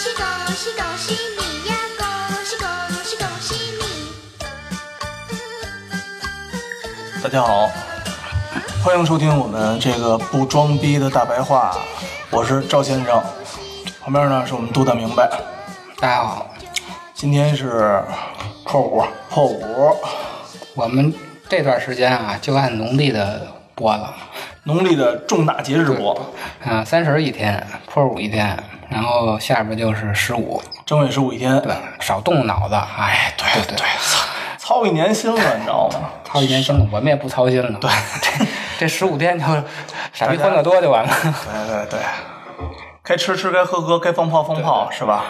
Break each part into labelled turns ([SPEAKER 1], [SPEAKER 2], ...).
[SPEAKER 1] 喜恭喜你呀，恭喜恭喜恭喜你！
[SPEAKER 2] 大家好，欢迎收听我们这个不装逼的大白话，我是赵先生，旁边呢是我们杜大明白，
[SPEAKER 3] 大家好，
[SPEAKER 2] 今天是破五，破五，
[SPEAKER 3] 我们这段时间啊，就按农历的播了，
[SPEAKER 2] 农历的重大节日播，
[SPEAKER 3] 啊，三十一天，破五一天，然后下边就是十五，
[SPEAKER 2] 正月十五一天，
[SPEAKER 3] 对，少动脑子，哎，对对对，
[SPEAKER 2] 操一年心了，你知道吗？
[SPEAKER 3] 操一年心了，我们也不操心了，对，这这十五天就傻逼欢乐多就完了。
[SPEAKER 2] 对对对，该吃吃，该喝喝，该放炮放炮，是吧？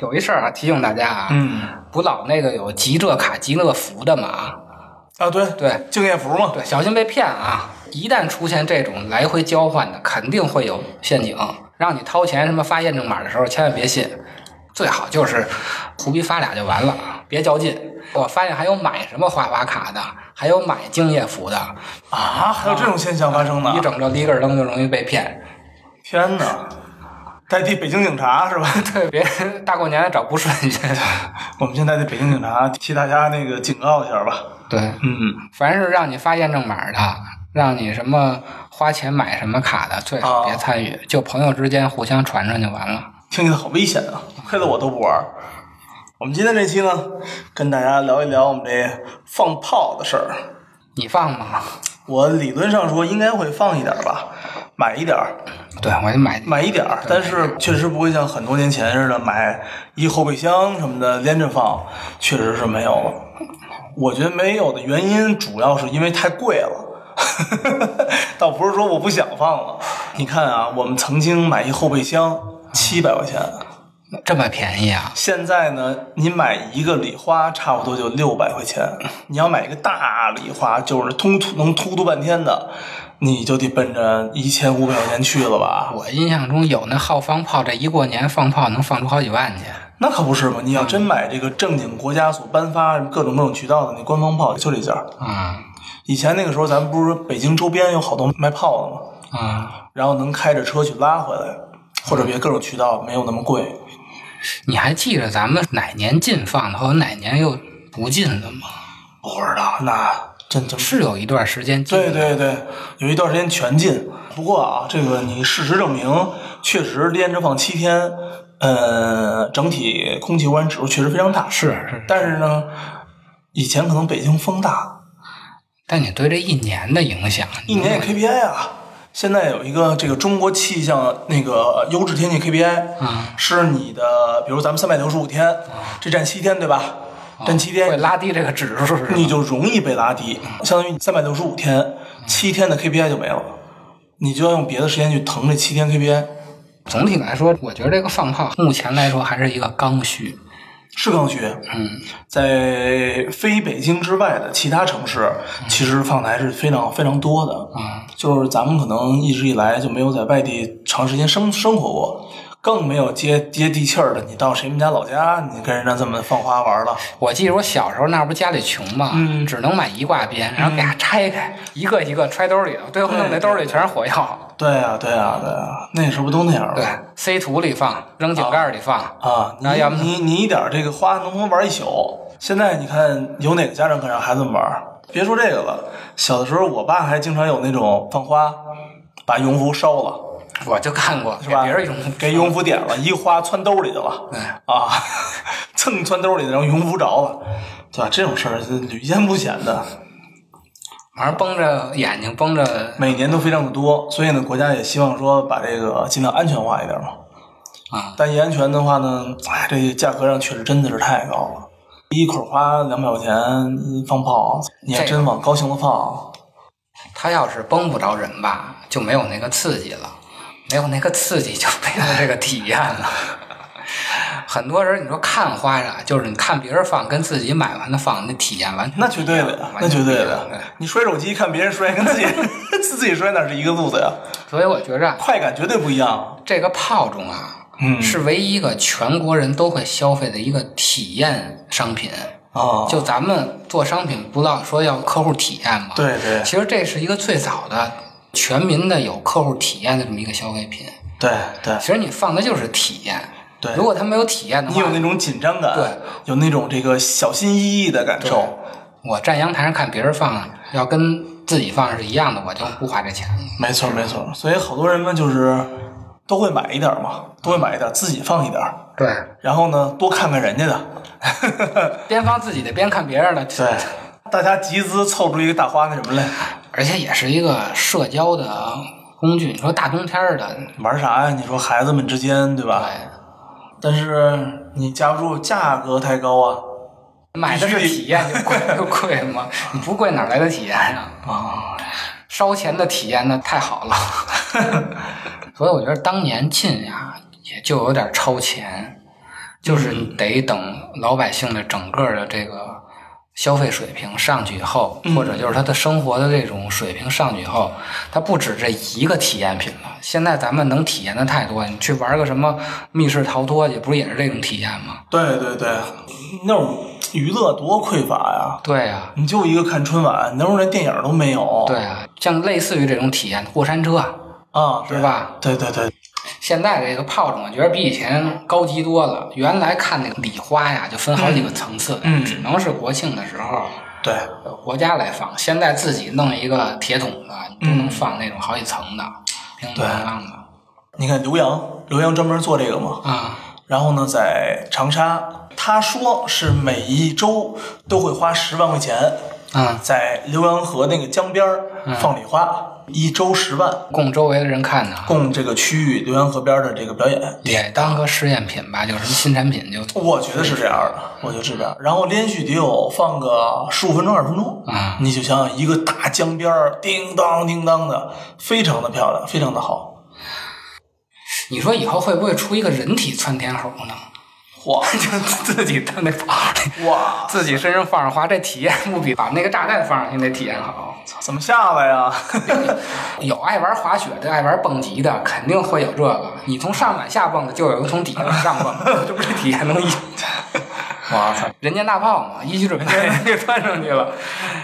[SPEAKER 3] 有一事儿啊，提醒大家啊，
[SPEAKER 2] 嗯，
[SPEAKER 3] 不老那个有集这卡集那个福的嘛啊，
[SPEAKER 2] 啊对
[SPEAKER 3] 对，
[SPEAKER 2] 敬业福嘛，
[SPEAKER 3] 对，小心被骗啊！一旦出现这种来回交换的，肯定会有陷阱。让你掏钱什么发验证码的时候，千万别信，最好就是胡逼发俩就完了，啊，别较劲。我发现还有买什么花花卡的，还有买敬业福的，
[SPEAKER 2] 啊，还有这种现象发生呢
[SPEAKER 3] 一？整这里个楞就容易被骗。
[SPEAKER 2] 天哪！代替北京警察是吧？
[SPEAKER 3] 对，别大过年的找不顺心。
[SPEAKER 2] 我们现在的北京警察替大家那个警告一下吧。
[SPEAKER 3] 对，
[SPEAKER 2] 嗯，
[SPEAKER 3] 凡是让你发验证码的，让你什么花钱买什么卡的，最好别参与，就朋友之间互相传传就完了。
[SPEAKER 2] 听起来好危险啊！黑的我都不玩儿。我们今天这期呢，跟大家聊一聊我们这放炮的事儿。
[SPEAKER 3] 你放吗？
[SPEAKER 2] 我理论上说应该会放一点儿吧，买一点儿，
[SPEAKER 3] 对，我就买
[SPEAKER 2] 买一点儿，但是确实不会像很多年前似的买一后备箱什么的连着放，确实是没有了。我觉得没有的原因主要是因为太贵了。 倒不是说我不想放了，你看啊，我们曾经买一后备箱七百块钱，
[SPEAKER 3] 这么便宜啊？
[SPEAKER 2] 现在呢，你买一个礼花差不多就六百块钱，你要买一个大礼花，就是通突能突突半天的，你就得奔着一千五百块钱去了吧？
[SPEAKER 3] 我印象中有那好放炮，这一过年放炮能放出好几万去。
[SPEAKER 2] 那可不是嘛！你要
[SPEAKER 3] 嗯
[SPEAKER 2] 真买这个正经国家所颁发各种各种渠道的那官方炮，就这件儿。
[SPEAKER 3] 啊
[SPEAKER 2] 以前那个时候，咱们不是北京周边有好多卖炮的嘛，
[SPEAKER 3] 啊！
[SPEAKER 2] 然后能开着车去拉回来，或者别各种渠道没有那么贵。
[SPEAKER 3] 你还记得咱们哪年禁放的，和哪年又不禁的吗？
[SPEAKER 2] 不知道，那真真
[SPEAKER 3] 是有一段时间禁
[SPEAKER 2] 对
[SPEAKER 3] 的。
[SPEAKER 2] 对对，有一段时间全禁。不过啊，这个你事实证明，确实连着放七天，呃，整体空气污染指数确实非常大。
[SPEAKER 3] 是是。
[SPEAKER 2] 但是呢，以前可能北京风大，
[SPEAKER 3] 但你对这一年的影响，
[SPEAKER 2] 一年也 KPI 啊。现在有一个这个中国气象那个优质天气 KPI，、
[SPEAKER 3] 啊
[SPEAKER 2] 是你的，比如咱们三百六十五天，这占七天对吧？占七
[SPEAKER 3] 嗯会
[SPEAKER 2] 天，
[SPEAKER 3] 拉嗯低这个指数是吧？
[SPEAKER 2] 你就容易被拉低，相当于三百六十五
[SPEAKER 3] 嗯
[SPEAKER 2] 天，七天的 KPI 就没了，你就要用别的时间去腾这七天 KPI，
[SPEAKER 3] 总体来说，我觉得这个放炮目前来说还是一个刚需。
[SPEAKER 2] 是刚需。
[SPEAKER 3] 嗯，
[SPEAKER 2] 在非北京之外的其他城市，其实放的还是非常非常多的。
[SPEAKER 3] 嗯，
[SPEAKER 2] 就是咱们可能一直以来就没有在外地长时间生生活过，更没有接接地气儿的。你到谁们家老家，你跟人家这么放花玩了，
[SPEAKER 3] 我记得我小时候那不家里穷嘛，
[SPEAKER 2] 嗯
[SPEAKER 3] 只能买一挂鞭，然后给它拆开，一个一个揣兜里头，最后弄那兜里全是火药。
[SPEAKER 2] 对啊，对啊，对啊，那时候不都那样吗？
[SPEAKER 3] 对，C 图里放，扔井盖里放，
[SPEAKER 2] 啊，
[SPEAKER 3] 那要不
[SPEAKER 2] 你你你一点儿这个花能不能玩一宿？现在你看有哪个家长敢让孩子们玩儿？别说这个了，小的时候我爸还经常有那种放花，把羽绒服烧了。
[SPEAKER 3] 我就看过，
[SPEAKER 2] 是吧？
[SPEAKER 3] 给别人用
[SPEAKER 2] 给羽绒服点了，一花窜兜里去了，啊， 蹭窜兜里，然后羽绒服着了，对吧？这种事儿是屡见不鲜的，
[SPEAKER 3] 反正绷着眼睛，绷着
[SPEAKER 2] 每年都非常的多，所以呢，国家也希望说把这个尽量安全化一点嘛。
[SPEAKER 3] 啊，
[SPEAKER 2] 但一安全的话呢，哎，这价格上确实真的是太高了，一捆花两百块钱放炮，你还真往高兴的放，
[SPEAKER 3] 他要是绷不着人吧，就没有那个刺激了，没有那个刺激就没有这个体验了。 很多人你说看花呀，就是你看别人放跟自己买完的放，那体验完全
[SPEAKER 2] 那绝对的呀，那绝对的。你摔手机看别人摔，跟 自己自己摔哪是一个路子呀？
[SPEAKER 3] 所以我觉着啊
[SPEAKER 2] 快感绝对不一样。
[SPEAKER 3] 这个炮竹啊，
[SPEAKER 2] 嗯
[SPEAKER 3] 是唯一一个全国人都会消费的一个体验商品。
[SPEAKER 2] 啊，
[SPEAKER 3] 就咱们做商品，不老说要客户体验嘛？。
[SPEAKER 2] 对对
[SPEAKER 3] 其实这是一个最早的全民的有客户体验的这么一个消费品。
[SPEAKER 2] 对对
[SPEAKER 3] 其实你放的就是体验，
[SPEAKER 2] 对
[SPEAKER 3] 如果他没有体验的
[SPEAKER 2] 你有
[SPEAKER 3] 话
[SPEAKER 2] 那，种紧张感，
[SPEAKER 3] 对，
[SPEAKER 2] 有那种这个小心翼翼的感受，
[SPEAKER 3] 我站阳台上看别人放，要跟自己放是一样的，我就不花这钱了。
[SPEAKER 2] 没错没错。所以好多人们就是都会买一点儿嘛，都会买一点儿，自己放一点儿，
[SPEAKER 3] 对，
[SPEAKER 2] 然后呢多看看人家的，
[SPEAKER 3] 边放自己的边看别人的，
[SPEAKER 2] 对，大家集资凑出一个大花那什么来，
[SPEAKER 3] 而且也是一个社交的工具。你说大冬天儿的，
[SPEAKER 2] 玩啥呀？你说孩子们之间对吧？
[SPEAKER 3] 对，
[SPEAKER 2] 但是你架不住价格太高啊。
[SPEAKER 3] 买的是体验就贵就贵嘛，你不贵哪来的体验啊？
[SPEAKER 2] 啊，
[SPEAKER 3] 烧钱的体验那太好了。 所以我觉得当年进呀，也就有点超前，就是你得等老百姓的整个的这个消费水平上去以后，或者就是他的生活的这种水平上去以后，它不止这一个体验品了。现在咱们能体验的太多，你去玩个什么密室逃脱，也不是也是这种体验吗？
[SPEAKER 2] 对对对，那种娱乐多匮乏呀！
[SPEAKER 3] 对呀、
[SPEAKER 2] 你就一个看春晚，那时候连电影都没有。
[SPEAKER 3] 对啊，像类似于这种体验，过山车啊，
[SPEAKER 2] 啊，对
[SPEAKER 3] 是？吧？
[SPEAKER 2] 对对对，
[SPEAKER 3] 现在这个炮仗，我觉得比以前高级多了。原来看那个礼花呀，就分好几个层次的，
[SPEAKER 2] 嗯
[SPEAKER 3] 只能是国庆的时候
[SPEAKER 2] 对
[SPEAKER 3] 呃国家来放。现在自己弄一个铁桶子，你都能放那种好几层的，乒
[SPEAKER 2] 嗯对
[SPEAKER 3] 乒乓乓的
[SPEAKER 2] 你看刘洋，刘洋专门做这个嘛。
[SPEAKER 3] 啊。
[SPEAKER 2] 然后呢，在长沙，他说是每一周都会花十万块钱，
[SPEAKER 3] 嗯，
[SPEAKER 2] 在浏阳河那个江边儿放礼花，一周十万，
[SPEAKER 3] 供周围的人看呢，
[SPEAKER 2] 供这个区域浏阳河边的这个表演。
[SPEAKER 3] 也当个试验品吧，有什么新产品就
[SPEAKER 2] 我觉得是这样的，我觉得是这样。然后连续得有放个十五分钟、二十分钟，
[SPEAKER 3] 啊
[SPEAKER 2] 你就想想一个大江边儿，叮当叮当的，非常的漂亮，非常的好。
[SPEAKER 3] 你说以后会不会出一个人体窜天猴呢？
[SPEAKER 2] 哇
[SPEAKER 3] 就自己当那炮，
[SPEAKER 2] 哇，
[SPEAKER 3] 自己身上放上花，这体验不比把那个炸弹放上去那体验好？
[SPEAKER 2] 怎么下来呀？
[SPEAKER 3] 有爱玩滑雪的，爱玩蹦极的，肯定会有这个。你从上往下蹦的，就有人从底下往上蹦 的，这不是体验能一？
[SPEAKER 2] 哇塞，
[SPEAKER 3] 人间大炮嘛，一举准备 给窜上去了，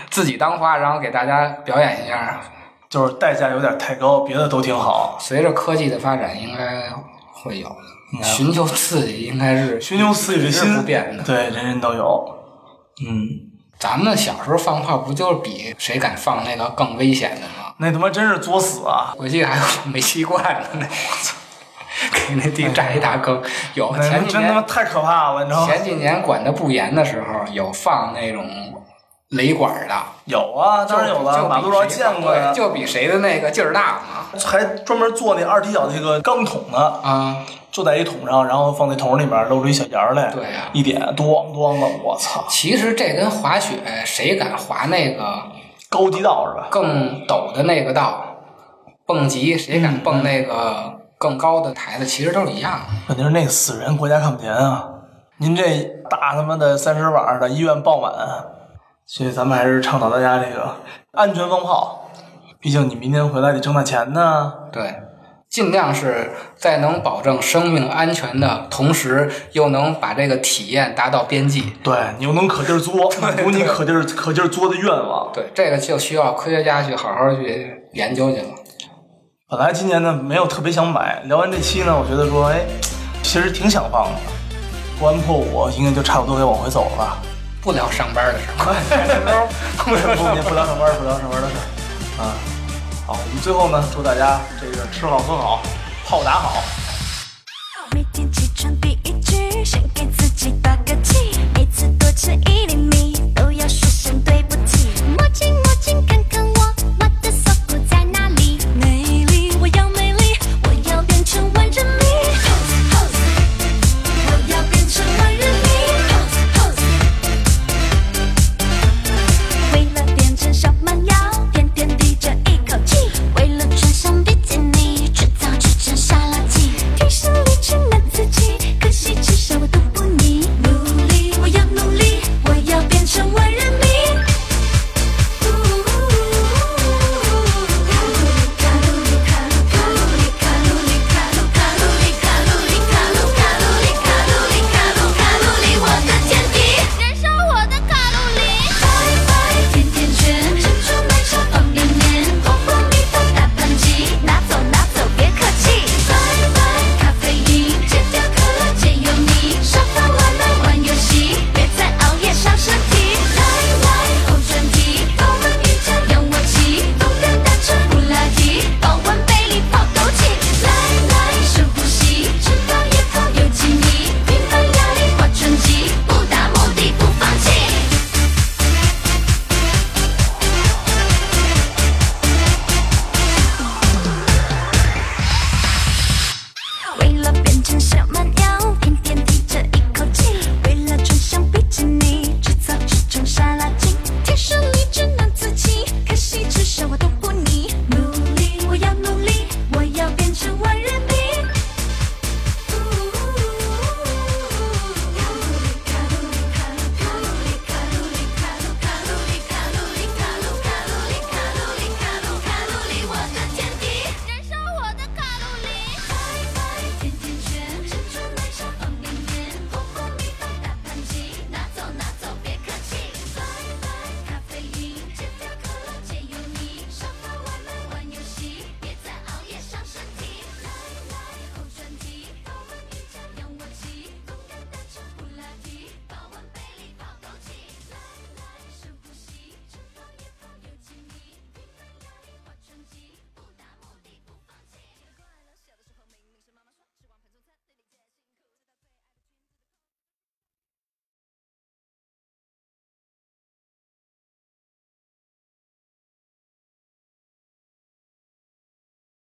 [SPEAKER 3] 自己当花，然后给大家表演一下。
[SPEAKER 2] 就是代价有点太高，别的都挺好。
[SPEAKER 3] 随着科技的发展，应该会有的。寻求刺激应该是
[SPEAKER 2] 寻求刺激的
[SPEAKER 3] 一直
[SPEAKER 2] 心
[SPEAKER 3] 不变的。
[SPEAKER 2] 对，人人都有。嗯，
[SPEAKER 3] 咱们小时候放炮，不就是比谁敢放那个更危险的吗？
[SPEAKER 2] 那他妈真是作死啊！
[SPEAKER 3] 我记得还有 煤气罐呢，那我操，给那地炸一大坑。有
[SPEAKER 2] 那
[SPEAKER 3] 前几
[SPEAKER 2] 真他
[SPEAKER 3] 年
[SPEAKER 2] 妈太可怕了，你知道吗？
[SPEAKER 3] 前几年管得不严的时候，有放那种雷管的，
[SPEAKER 2] 有啊，当然有
[SPEAKER 3] 就
[SPEAKER 2] 了，马路上见过呀
[SPEAKER 3] 对，就比谁的那个劲儿大嘛。
[SPEAKER 2] 还专门做那二踢脚那个钢桶呢。
[SPEAKER 3] 啊，
[SPEAKER 2] 就在一桶上，然后放在桶里面，露出一小沿儿来，
[SPEAKER 3] 对啊呀
[SPEAKER 2] 一点咣咣的，我操，
[SPEAKER 3] 其实这跟滑雪，谁敢滑那个
[SPEAKER 2] 高级道是吧？
[SPEAKER 3] 更陡的那个道，蹦极谁
[SPEAKER 2] 嗯
[SPEAKER 3] 敢蹦那个更高的台子，其实都是一样的。
[SPEAKER 2] 问题是那个死人，国家看不见啊！您这大他妈的三十晚的医院爆满，啊所以咱们还是倡导大家这个安全放炮，毕竟你明天回来得挣大钱呢。
[SPEAKER 3] 对，尽量是在能保证生命安全的同时，又能把这个体验达到边际。
[SPEAKER 2] 对你又能可劲儿作，满足你
[SPEAKER 3] 对
[SPEAKER 2] 可劲儿可劲儿作的愿望。
[SPEAKER 3] 对，这个就需要科学家去好好去研究去了。
[SPEAKER 2] 本来今年呢没有特别想买，聊完这期呢，我觉得说，哎，其实挺想放的。关破我应该就差不多该往回走了吧。
[SPEAKER 3] 不聊上班的事儿，
[SPEAKER 2] 不不不聊上班，不聊上班的事儿啊。好，我们最后呢，祝大家这个吃好喝好，炮打好。